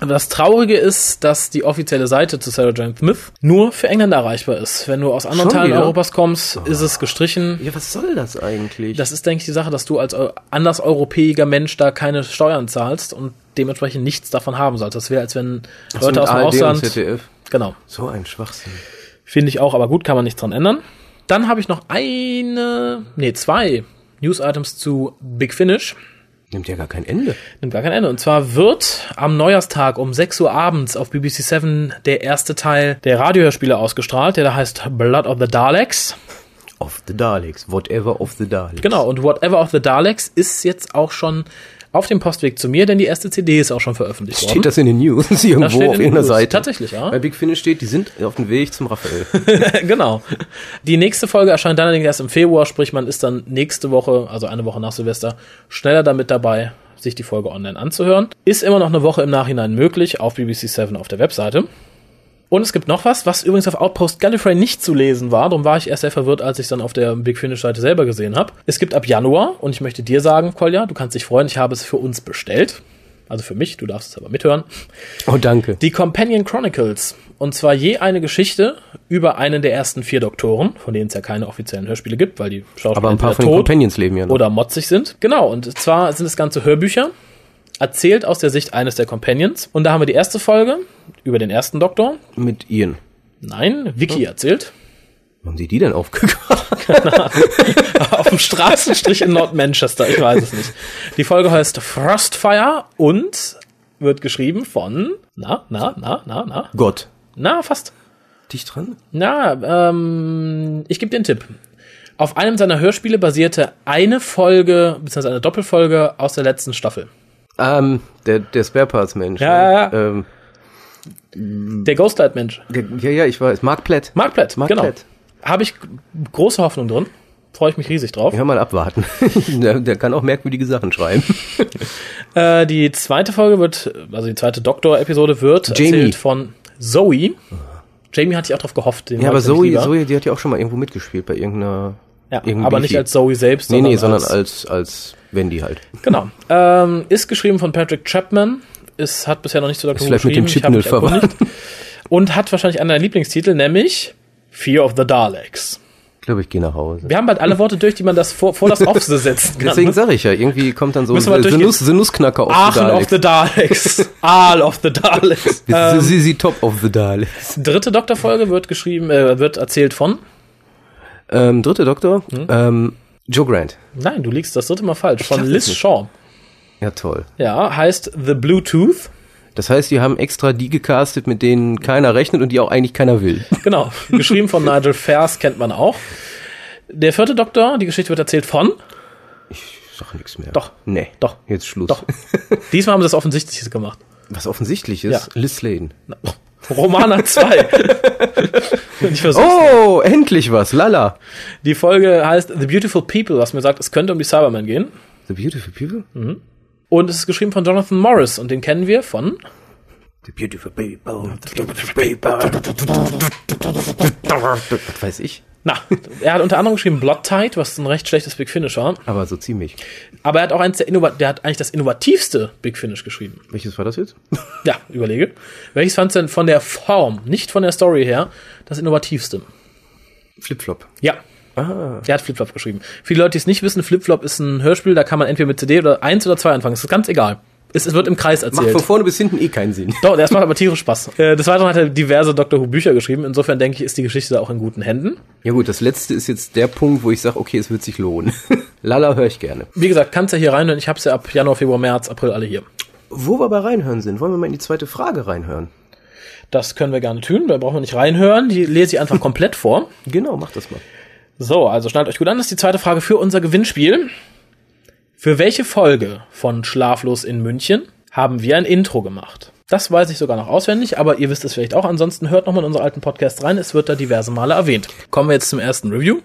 Speaker 2: Aber das Traurige ist, dass die offizielle Seite zu Sarah Jane Smith nur für Engländer erreichbar ist. Wenn du aus anderen
Speaker 3: Schon
Speaker 2: Teilen
Speaker 3: wieder?
Speaker 2: Europas kommst, ist es gestrichen.
Speaker 3: ja, was soll das eigentlich?
Speaker 2: Das ist, denke ich, die Sache, dass du als eu- anders europäiger Mensch da keine Steuern zahlst und dementsprechend nichts davon haben sollst. Das wäre, als wenn
Speaker 3: Ach so,
Speaker 2: Leute aus
Speaker 3: mit
Speaker 2: dem
Speaker 3: ARD und
Speaker 2: Ausland.
Speaker 3: ZDF.
Speaker 2: Genau.
Speaker 3: So ein Schwachsinn.
Speaker 2: Finde ich auch, aber gut, kann man nichts dran ändern. Dann habe ich noch eine, nee, zwei News-Items zu Big Finish.
Speaker 3: Nimmt ja gar kein Ende.
Speaker 2: Nimmt gar kein Ende. Und zwar wird am Neujahrstag um 6 Uhr abends auf BBC 7 der erste Teil der Radiohörspiele ausgestrahlt, der da heißt Blood of the Daleks.
Speaker 3: Of the Daleks. Whatever of the Daleks.
Speaker 2: Genau, und Whatever of the Daleks ist jetzt auch schon auf dem Postweg zu mir, denn die erste CD ist auch schon veröffentlicht worden.
Speaker 3: Steht das in den News
Speaker 2: Das steht
Speaker 3: irgendwo
Speaker 2: in
Speaker 3: auf
Speaker 2: den
Speaker 3: irgendeiner
Speaker 2: News.
Speaker 3: Seite?
Speaker 2: Tatsächlich, ja.
Speaker 3: Bei Big Finish steht, die sind auf dem Weg zum Raphael.
Speaker 2: genau. Die nächste Folge erscheint dann allerdings erst im Februar, sprich man ist dann nächste Woche, also eine Woche nach Silvester, schneller damit dabei, sich die Folge online anzuhören. Ist immer noch eine Woche im Nachhinein möglich auf BBC 7 auf der Webseite. Und es gibt noch was, was übrigens auf Outpost Gallifrey nicht zu lesen war. Darum war ich erst sehr verwirrt, als ich es dann auf der Big Finish-Seite selber gesehen habe. Es gibt ab Januar, und ich möchte dir sagen, Kolja, du kannst dich freuen, ich habe es für uns bestellt. Also für mich, du darfst es aber mithören.
Speaker 3: oh, danke.
Speaker 2: Die Companion Chronicles. Und zwar je eine Geschichte über einen der ersten vier Doktoren, von denen es ja keine offiziellen Hörspiele gibt, weil die Schauspieler
Speaker 3: Aber ein paar
Speaker 2: entweder
Speaker 3: von den Companions leben ja noch.
Speaker 2: oder motzig sind. Genau, und zwar sind es ganze Hörbücher, erzählt aus der Sicht eines der Companions. Und da haben wir die erste Folge über den ersten Doktor.
Speaker 3: Mit Ian.
Speaker 2: Nein,
Speaker 3: Hm.
Speaker 2: Vicky erzählt.
Speaker 3: Haben sie die denn aufgegraben?
Speaker 2: Auf dem Straßenstrich in Nordmanchester, ich weiß es nicht. Die Folge heißt Frostfire und wird geschrieben von, na, na, na, na, na,
Speaker 3: Gott.
Speaker 2: na, fast.
Speaker 3: Dich dran?
Speaker 2: Na, ähm, ich gebe dir einen Tipp. Auf einem seiner Hörspiele basierte eine Folge, beziehungsweise eine Doppelfolge aus der letzten Staffel.
Speaker 3: Ähm, der, der Spare Parts Mensch.
Speaker 2: Ja, ja,
Speaker 3: ja. Ähm,
Speaker 2: Der Ghostlight-Mensch.
Speaker 3: der, ja, ja, ich weiß. Mark Platt.
Speaker 2: Mark Platt,
Speaker 3: Mark
Speaker 2: genau.
Speaker 3: Platt.
Speaker 2: Habe ich g- große Hoffnung drin. Freue ich mich riesig drauf.
Speaker 3: Ja, mal abwarten. der, der kann auch merkwürdige Sachen schreiben.
Speaker 2: Äh, die zweite Folge wird, also die zweite Doktor-Episode wird
Speaker 3: Jamie.
Speaker 2: erzählt von Zoe. Jamie hatte ich auch drauf gehofft. Den
Speaker 3: Ja,
Speaker 2: mag
Speaker 3: aber
Speaker 2: ich nämlich
Speaker 3: Zoe,
Speaker 2: lieber.
Speaker 3: Zoe, die hat ja auch schon mal irgendwo mitgespielt bei irgendeiner.
Speaker 2: ja,
Speaker 3: irgendeinem
Speaker 2: aber nicht
Speaker 3: Beefy.
Speaker 2: als Zoe selbst,
Speaker 3: Nee, nee, sondern als, als Wendy halt.
Speaker 2: Genau. Ähm, ist geschrieben von Patrick Chapman. Es hat bisher noch nicht zu Dr. Who
Speaker 3: vielleicht mit dem
Speaker 2: geschrieben. Ich hab mich
Speaker 3: Chipnell verwandt.
Speaker 2: erkundigt. Und hat wahrscheinlich einen der Lieblingstitel, nämlich Fear of the Daleks.
Speaker 3: Ich glaube, ich gehe nach Hause.
Speaker 2: Wir haben bald alle Worte durch, die man das vor, vor das Off setzen kann.
Speaker 3: Deswegen sage ich ja, irgendwie kommt dann so ein
Speaker 2: Müssen wir mal durchgehen.
Speaker 3: Sinus, Sinusknacker auf
Speaker 2: Aachen
Speaker 3: Daleks.
Speaker 2: of the Daleks. Aal of the Daleks.
Speaker 3: Ähm, sie, sie top of the Daleks.
Speaker 2: Dritte Doktorfolge wird geschrieben, äh, wird erzählt von.
Speaker 3: Ähm, dritte Doktor,
Speaker 2: Hm?
Speaker 3: ähm, Joe Grant.
Speaker 2: Nein, du liegst das dritte Mal falsch. Von
Speaker 3: dachte es
Speaker 2: Liz
Speaker 3: nicht.
Speaker 2: Shaw.
Speaker 3: Ja, toll.
Speaker 2: Ja, heißt The Blue Tooth.
Speaker 3: Das heißt, die haben extra die gecastet, mit denen keiner rechnet und die auch eigentlich keiner will.
Speaker 2: Genau, geschrieben von Nigel Fairs, kennt man auch. Der vierte Doktor, die Geschichte wird erzählt von.
Speaker 3: Ich sag nichts mehr.
Speaker 2: Doch.
Speaker 3: Nee.
Speaker 2: Doch.
Speaker 3: Jetzt Schluss.
Speaker 2: Doch. Diesmal haben sie das Offensichtliches gemacht.
Speaker 3: Was offensichtlich ist,
Speaker 2: Ja.
Speaker 3: Liz Lane.
Speaker 2: Na, Romana 2. ich versuch's.
Speaker 3: Oh, endlich was. Lala.
Speaker 2: Die Folge heißt The Beautiful People, was mir sagt, es könnte um die Cybermen gehen.
Speaker 3: The Beautiful People?
Speaker 2: Hm. Und es ist geschrieben von Jonathan Morris und den kennen wir von.
Speaker 3: The Beautiful People. The Beautiful People. Was weiß ich.
Speaker 2: Na, er hat unter anderem geschrieben Blood Tide, was ein recht schlechtes Big Finish war.
Speaker 3: Aber so ziemlich.
Speaker 2: Aber er hat auch eins der innova der hat eigentlich das innovativste Big Finish geschrieben.
Speaker 3: Welches war das jetzt?
Speaker 2: Ja, überlege. Welches fandst du denn von der Form, nicht von der Story her, das innovativste?
Speaker 3: Flipflop.
Speaker 2: Ja. Er hat Flipflop geschrieben. Viele Leute, die es nicht wissen, Flipflop ist ein Hörspiel, da kann man entweder mit CD oder eins oder zwei anfangen. Es ist ganz egal. Es, es wird im Kreis
Speaker 3: Macht
Speaker 2: erzählt.
Speaker 3: von vorne bis hinten eh keinen Sinn.
Speaker 2: Doch, das macht aber tierisch Spaß. Äh, des Weiteren hat er diverse Doctor Who Bücher geschrieben. Insofern denke ich, ist die Geschichte da auch in guten Händen.
Speaker 3: Ja gut, das letzte ist jetzt der Punkt, wo ich sage, okay, es wird sich lohnen. Lala höre ich gerne.
Speaker 2: Wie gesagt, kannst ja hier reinhören. Ich hab's ja ab Januar, Februar, März, April alle hier.
Speaker 3: Wo wir aber reinhören sind, wollen wir mal in die zweite Frage reinhören.
Speaker 2: Das können wir gerne tun. Da brauchen wir nicht reinhören. Die lese ich einfach komplett vor.
Speaker 3: Genau, mach das mal.
Speaker 2: So, also schnallt euch gut an. Das ist die zweite Frage für unser Gewinnspiel. Für welche Folge von Schlaflos in München haben wir ein Intro gemacht? Das weiß ich sogar noch auswendig, aber ihr wisst es vielleicht auch. Ansonsten hört nochmal in unseren alten Podcast rein. Es wird da diverse Male erwähnt. Kommen wir jetzt zum ersten Review.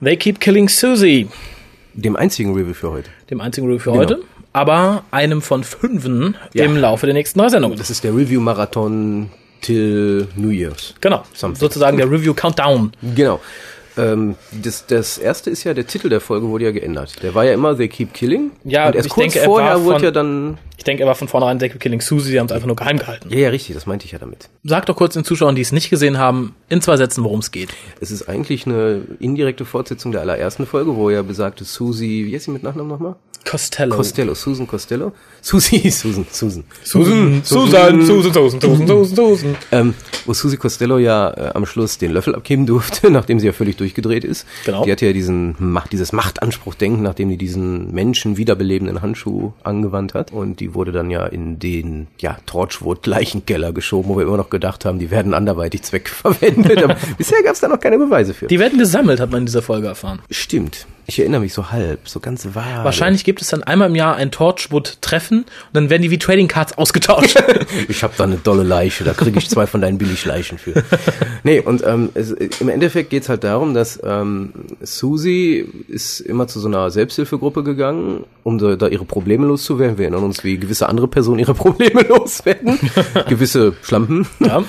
Speaker 2: They Keep Killing Susie,
Speaker 3: Dem einzigen Review für heute.
Speaker 2: dem einzigen Review für heute. Aber einem von fünfen im Laufe der nächsten drei Sendungen.
Speaker 3: Das ist der Review-Marathon till New Year's.
Speaker 2: Genau.
Speaker 3: Something.
Speaker 2: Sozusagen der Review Countdown.
Speaker 3: Genau. Ähm, das, das erste ist ja, der Titel der Folge wurde ja geändert. Der war ja immer They Keep Killing.
Speaker 2: Ja,
Speaker 3: und erst
Speaker 2: ich
Speaker 3: kurz
Speaker 2: denke, er war
Speaker 3: vorher
Speaker 2: von-
Speaker 3: wurde ja dann.
Speaker 2: Ich denke, er war von vornherein They Keep Killing Susie. Sie haben es einfach nur geheim gehalten.
Speaker 3: Ja, ja, richtig, das meinte ich ja damit.
Speaker 2: Sag doch kurz den Zuschauern, die es nicht gesehen haben, in zwei Sätzen, worum es geht.
Speaker 3: Es ist eigentlich eine indirekte Fortsetzung der allerersten Folge, wo ja besagte Susie, wie heißt sie mit Nachnamen nochmal?
Speaker 2: Costello.
Speaker 3: Costello, Susan Costello. Susie, Susan, Susan.
Speaker 2: Susan, Susan, Susan, Susan, Susan, Susan, Susan.
Speaker 3: Ähm, wo Susie Costello ja äh, am Schluss den Löffel abgeben durfte, nachdem sie ja völlig durchgedreht ist.
Speaker 2: Genau.
Speaker 3: Die hatte ja diesen Macht, dieses Machtanspruchdenken, nachdem die diesen Menschen wiederbelebenden Handschuh angewandt hat. Und die wurde dann ja in den ja, Torchwood-Leichenkeller geschoben, wo wir immer noch gedacht haben, die werden anderweitig zweckverwendet. Aber bisher gab es da noch keine Beweise für.
Speaker 2: Die werden gesammelt, hat man in dieser Folge erfahren.
Speaker 3: Stimmt. Ich erinnere mich so halb, so ganz vage.
Speaker 2: Wahrscheinlich gibt es dann einmal im Jahr ein Torchwood-Treffen und dann werden die wie Trading Cards ausgetauscht.
Speaker 3: Ich habe da eine dolle Leiche, da kriege ich zwei von deinen Billigleichen für. Nee, und ähm, es, im Endeffekt geht's halt darum, dass ähm, Susi ist immer zu so einer Selbsthilfegruppe gegangen, um da, da ihre Probleme loszuwerden. Wir erinnern uns, wie gewisse andere Personen ihre Probleme loswerden. gewisse Schlampen.
Speaker 2: Ja.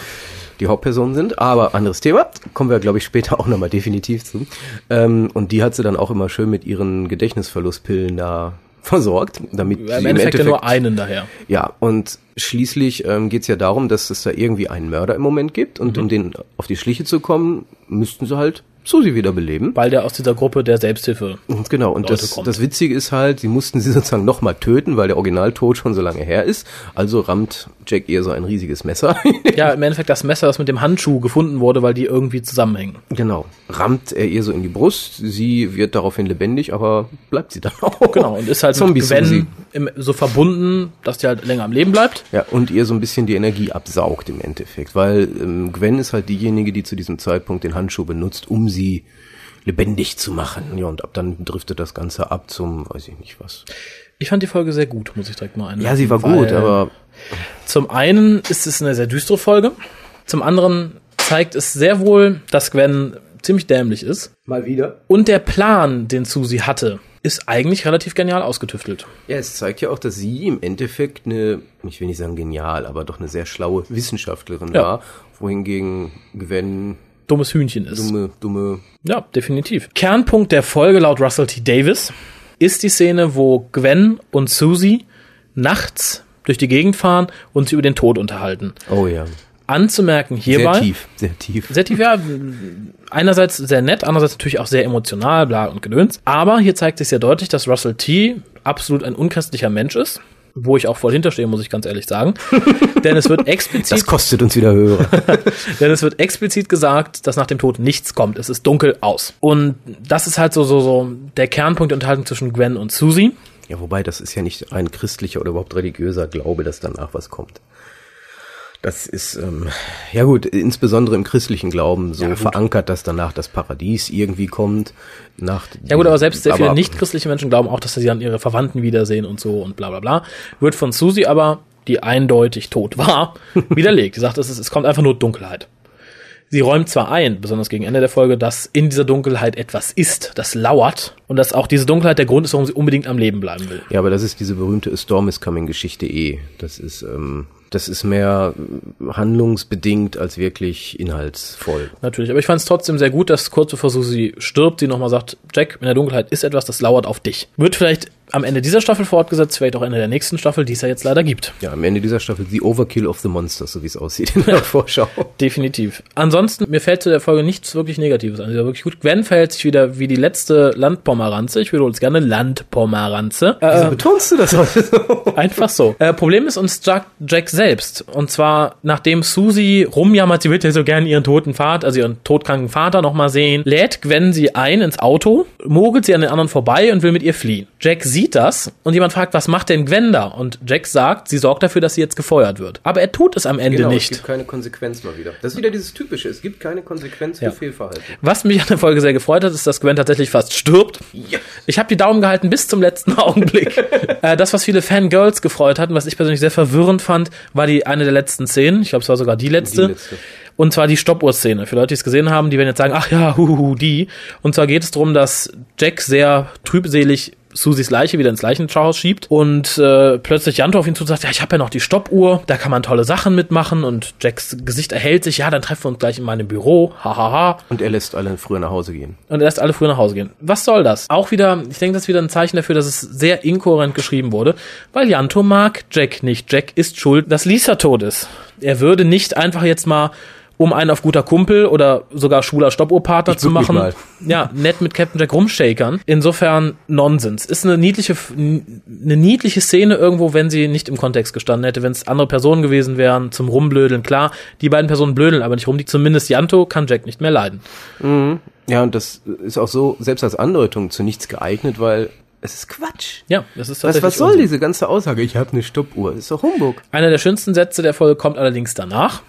Speaker 3: Die Hauptpersonen sind, aber anderes Thema. Kommen wir, glaube ich, später auch nochmal definitiv zu. Ähm, und die hat sie dann auch immer schön mit ihren Gedächtnisverlustpillen da versorgt, damit
Speaker 2: Im Endeffekt ja nur einen daher.
Speaker 3: ja, und schließlich ähm, geht's ja darum, dass es da irgendwie einen Mörder im Moment gibt
Speaker 2: Mhm.
Speaker 3: und um den auf die Schliche zu kommen, müssten sie halt Susi wieder beleben.
Speaker 2: Weil der aus dieser Gruppe der Selbsthilfe.
Speaker 3: Und genau, und
Speaker 2: Leute
Speaker 3: das,
Speaker 2: kommt.
Speaker 3: das Witzige ist halt, sie mussten sie sozusagen nochmal töten, weil der Originaltod schon so lange her ist. Also rammt Jack ihr so ein riesiges Messer.
Speaker 2: Ja, im Endeffekt das Messer, das mit dem Handschuh gefunden wurde, weil die irgendwie zusammenhängen.
Speaker 3: genau, rammt er ihr so in die Brust. Sie wird daraufhin lebendig, aber bleibt sie dann auch.
Speaker 2: Genau. Und ist halt
Speaker 3: Zombie
Speaker 2: mit Gwen
Speaker 3: Susi.
Speaker 2: im, so verbunden, dass die halt länger am Leben bleibt.
Speaker 3: Ja, und ihr so ein bisschen die Energie absaugt im Endeffekt, weil ähm, Gwen ist halt diejenige, die zu diesem Zeitpunkt den Handschuh benutzt, um sie lebendig zu machen. Ja, und ab dann driftet das Ganze ab zum, weiß ich nicht was.
Speaker 2: Ich fand die Folge sehr gut, muss ich direkt mal einladen.
Speaker 3: Ja, sie war gut, aber
Speaker 2: Zum einen ist es eine sehr düstere Folge. Zum anderen zeigt es sehr wohl, dass Gwen ziemlich dämlich ist.
Speaker 3: mal wieder.
Speaker 2: Und der Plan, den Susi hatte, ist eigentlich relativ genial ausgetüftelt.
Speaker 3: Ja, es zeigt ja auch, dass sie im Endeffekt eine, ich will nicht sagen genial, aber doch eine sehr schlaue Wissenschaftlerin
Speaker 2: Ja.
Speaker 3: war, wohingegen Gwen
Speaker 2: Dummes Hühnchen ist.
Speaker 3: dumme, dumme
Speaker 2: Ja, definitiv. Kernpunkt der Folge laut Russell T. Davis ist die Szene, wo Gwen und Susi nachts durch die Gegend fahren und sich über den Tod unterhalten.
Speaker 3: Oh ja.
Speaker 2: Anzumerken
Speaker 3: Sehr
Speaker 2: hierbei.
Speaker 3: tief, sehr tief.
Speaker 2: Sehr tief, ja. Einerseits sehr nett, andererseits natürlich auch sehr emotional, bla und gedöns. Aber hier zeigt sich sehr deutlich, dass Russell T. absolut ein unchristlicher Mensch ist. Wo ich auch voll hinterstehe, muss ich ganz ehrlich sagen. denn, es wird
Speaker 3: Das
Speaker 2: explizit,
Speaker 3: kostet uns wieder Hörer.
Speaker 2: denn es wird explizit gesagt, dass nach dem Tod nichts kommt. Es ist dunkel aus. Und das ist halt so, so, so der Kernpunkt der Unterhaltung zwischen Gwen und Susie.
Speaker 3: Ja, wobei, das ist ja nicht ein christlicher oder überhaupt religiöser Glaube, dass danach was kommt. Das ist, ähm, ja gut, insbesondere im christlichen Glauben so verankert, dass danach das Paradies irgendwie kommt. Nach
Speaker 2: Ja gut, aber selbst sehr viele nicht-christliche Menschen glauben auch, dass sie dann ihre Verwandten wiedersehen und so und bla bla bla. Wird von Susi aber, die eindeutig tot war, widerlegt. Sie sagt, es, ist, es kommt einfach nur Dunkelheit. Sie räumt zwar ein, besonders gegen Ende der Folge, dass in dieser Dunkelheit etwas ist, das lauert und dass auch diese Dunkelheit der Grund ist, warum sie unbedingt am Leben bleiben will.
Speaker 3: Ja, aber das ist diese berühmte A Storm is Coming Geschichte eh. Das ist, ähm, das ist mehr äh, handlungsbedingt als wirklich inhaltsvoll.
Speaker 2: Natürlich, aber ich fand es trotzdem sehr gut, dass kurz bevor Susi stirbt, sie nochmal sagt, Jack, in der Dunkelheit ist etwas, das lauert auf dich. Wird vielleicht am Ende dieser Staffel fortgesetzt, vielleicht auch Ende der nächsten Staffel, die es ja jetzt leider gibt.
Speaker 3: Ja, am Ende dieser Staffel The Overkill of the Monsters, so wie es aussieht in der Vorschau.
Speaker 2: Definitiv. Ansonsten, mir fällt zu der Folge nichts wirklich Negatives an. Sie war wirklich gut. Gwen verhält sich wieder wie die letzte Landpomeranze. Ich würde uns gerne Landpomeranze. Äh,
Speaker 3: Wieso betonst du das heute so?
Speaker 2: Einfach so. Äh, Problem ist uns Jack, Jack selbst. Und zwar, nachdem Susie rumjammert, sie würde ja so gerne ihren toten Vater, also ihren todkranken Vater nochmal sehen, lädt Gwen sie ein ins Auto, mogelt sie an den anderen vorbei und will mit ihr fliehen. Jack sieht das und jemand fragt, was macht denn Gwen da? Und Jack sagt, sie sorgt dafür, dass sie jetzt gefeuert wird. Aber er tut es am Ende
Speaker 3: Genau, es gibt
Speaker 2: nicht.
Speaker 3: keine Konsequenz mal wieder. Das ist wieder dieses Typische, es gibt keine Konsequenz für Fehlverhalten.
Speaker 2: Was mich an der Folge sehr gefreut hat, ist, dass Gwen tatsächlich fast stirbt. Ich habe die Daumen gehalten bis zum letzten Augenblick. äh, das, was viele Fangirls gefreut hatten, was ich persönlich sehr verwirrend fand, war die eine der letzten Szenen. Ich glaube, es war sogar die letzte.
Speaker 3: Die letzte.
Speaker 2: Und zwar die Stoppuhr-Szene. Für Leute, die es gesehen haben, die werden jetzt sagen, ach ja, huhuhu, die. Und zwar geht es darum, dass Jack sehr trübselig Susis Leiche wieder ins Leichenschauhaus schiebt und äh, plötzlich Janto auf ihn zu sagt, ja, ich habe ja noch die Stoppuhr, da kann man tolle Sachen mitmachen und Jacks Gesicht erhält sich, ja, dann treffen wir uns gleich in meinem Büro, hahaha. Ha, ha.
Speaker 3: Und er lässt alle früher nach Hause gehen.
Speaker 2: Und erst alle früh nach Hause gehen. Was soll das? Auch wieder, ich denke, das ist wieder ein Zeichen dafür, dass es sehr inkohärent geschrieben wurde, weil Janto mag Jack nicht. Jack ist schuld, dass Lisa tot ist. Er würde nicht einfach jetzt mal um einen auf guter Kumpel oder sogar schwuler Stoppuhrpartner
Speaker 3: Ich
Speaker 2: zu
Speaker 3: bück mich
Speaker 2: machen.
Speaker 3: mal.
Speaker 2: Ja, nett mit Captain Jack rumshakern. Insofern Nonsens. Ist eine niedliche, eine niedliche Szene irgendwo, wenn sie nicht im Kontext gestanden hätte, wenn es andere Personen gewesen wären, zum Rumblödeln. Klar, die beiden Personen blödeln aber nicht rum. Die zumindest Janto kann Jack nicht mehr leiden.
Speaker 3: Ja, und das ist auch so, selbst als Andeutung zu nichts geeignet, weil es ist Quatsch.
Speaker 2: Ja, das ist
Speaker 3: Was,
Speaker 2: tatsächlich.
Speaker 3: was soll
Speaker 2: Unsinn.
Speaker 3: diese ganze Aussage? Ich habe eine Stoppuhr. Das ist doch Humbug.
Speaker 2: Einer der schönsten Sätze der Folge kommt allerdings danach.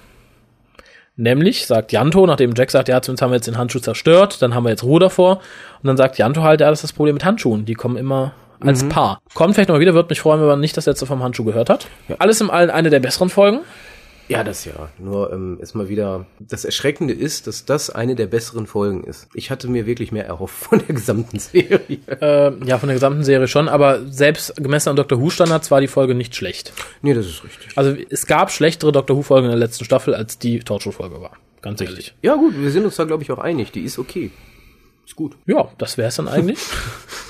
Speaker 2: Nämlich sagt Janto, nachdem Jack sagt, ja, zumindest haben wir jetzt den Handschuh zerstört, dann haben wir jetzt Ruhe davor. Und dann sagt Janto halt, ja, das ist das Problem mit Handschuhen. Die kommen immer als Paar. Kommt vielleicht nochmal wieder, würde mich freuen, wenn man nicht das letzte vom Handschuh gehört hat. Alles im Allen eine der besseren Folgen.
Speaker 3: Ja, das ja. Nur ähm, ist mal wieder. Das Erschreckende ist, dass das eine der besseren Folgen ist. Ich hatte mir wirklich mehr erhofft von der gesamten Serie.
Speaker 2: Ähm, ja, von der gesamten Serie schon, aber selbst gemessen an Dr. Who-Standards war die Folge nicht schlecht.
Speaker 3: Nee, das ist richtig.
Speaker 2: Also es gab schlechtere Dr. Who-Folgen in der letzten Staffel, als die Torture-Folge war. Ganz ehrlich.
Speaker 3: Ja, gut, wir sind uns da, glaube ich, auch einig. Die ist okay. Ist gut.
Speaker 2: Ja, das wäre es dann eigentlich.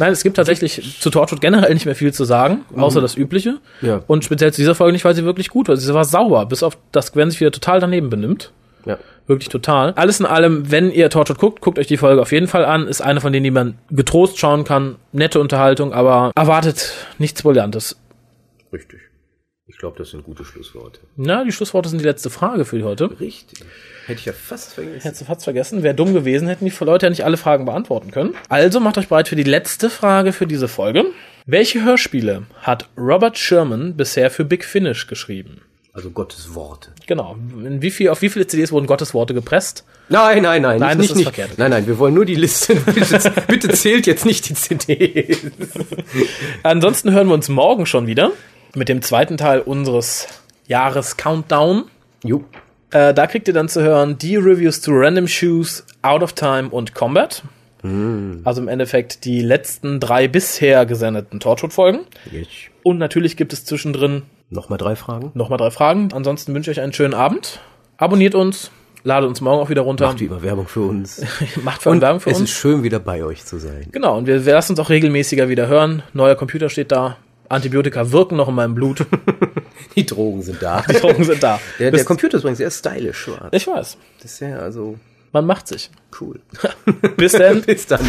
Speaker 2: Nein, es gibt tatsächlich zu Torchwood generell nicht mehr viel zu sagen, außer das Übliche.
Speaker 3: Ja.
Speaker 2: Und speziell zu dieser Folge nicht, weil sie wirklich gut war. Sie war sauber, bis auf, dass Gwen sich wieder total daneben benimmt.
Speaker 3: Ja.
Speaker 2: Wirklich total. Alles in allem, wenn ihr Torchwood guckt, guckt euch die Folge auf jeden Fall an. Ist eine von denen, die man getrost schauen kann. Nette Unterhaltung, aber erwartet nichts Brillantes.
Speaker 3: Richtig. Ich glaube, das sind gute Schlussworte.
Speaker 2: Na, die Schlussworte sind die letzte Frage für heute.
Speaker 3: Richtig. Hätte ich ja fast vergessen.
Speaker 2: Hättest du fast vergessen, wäre dumm gewesen, hätten die Leute ja nicht alle Fragen beantworten können. Also macht euch bereit für die letzte Frage für diese Folge. Welche Hörspiele hat Robert Sherman bisher für Big Finish geschrieben?
Speaker 3: Also Gottes Worte.
Speaker 2: Genau. In wie viel, auf wie viele CDs wurden Gottes Worte gepresst?
Speaker 3: Nein, nein, nein.
Speaker 2: Nein,
Speaker 3: nicht,
Speaker 2: das ist
Speaker 3: nicht,
Speaker 2: verkehrt.
Speaker 3: Nein, nein, wir wollen nur die Liste. Bitte, bitte zählt jetzt nicht die CD.
Speaker 2: Ansonsten hören wir uns morgen schon wieder mit dem zweiten Teil unseres Jahres-Countdown.
Speaker 3: Jo.
Speaker 2: Äh, da kriegt ihr dann zu hören die Reviews zu Random Shoes, Out of Time und Combat. Also im Endeffekt die letzten drei bisher gesendeten Torchwood-Folgen.
Speaker 3: Jetzt.
Speaker 2: Und natürlich gibt es zwischendrin
Speaker 3: Nochmal drei Fragen.
Speaker 2: nochmal drei Fragen. Ansonsten wünsche ich euch einen schönen Abend. Abonniert uns, ladet uns morgen auch wieder runter.
Speaker 3: Macht wie immer Werbung für uns.
Speaker 2: Macht vor allem Werbung für
Speaker 3: es
Speaker 2: uns.
Speaker 3: ist schön, wieder bei euch zu sein.
Speaker 2: Genau, und wir, wir lassen uns auch regelmäßiger wieder hören. Neuer Computer steht da. Antibiotika wirken noch in meinem Blut.
Speaker 3: Die Drogen sind da.
Speaker 2: Die Drogen sind da.
Speaker 3: Der, der
Speaker 2: Bis-
Speaker 3: Computer ist übrigens sehr stylisch schwarz.
Speaker 2: ich weiß.
Speaker 3: Das ist ja also
Speaker 2: Man macht sich.
Speaker 3: cool.
Speaker 2: Bis dann.
Speaker 3: Bis dann.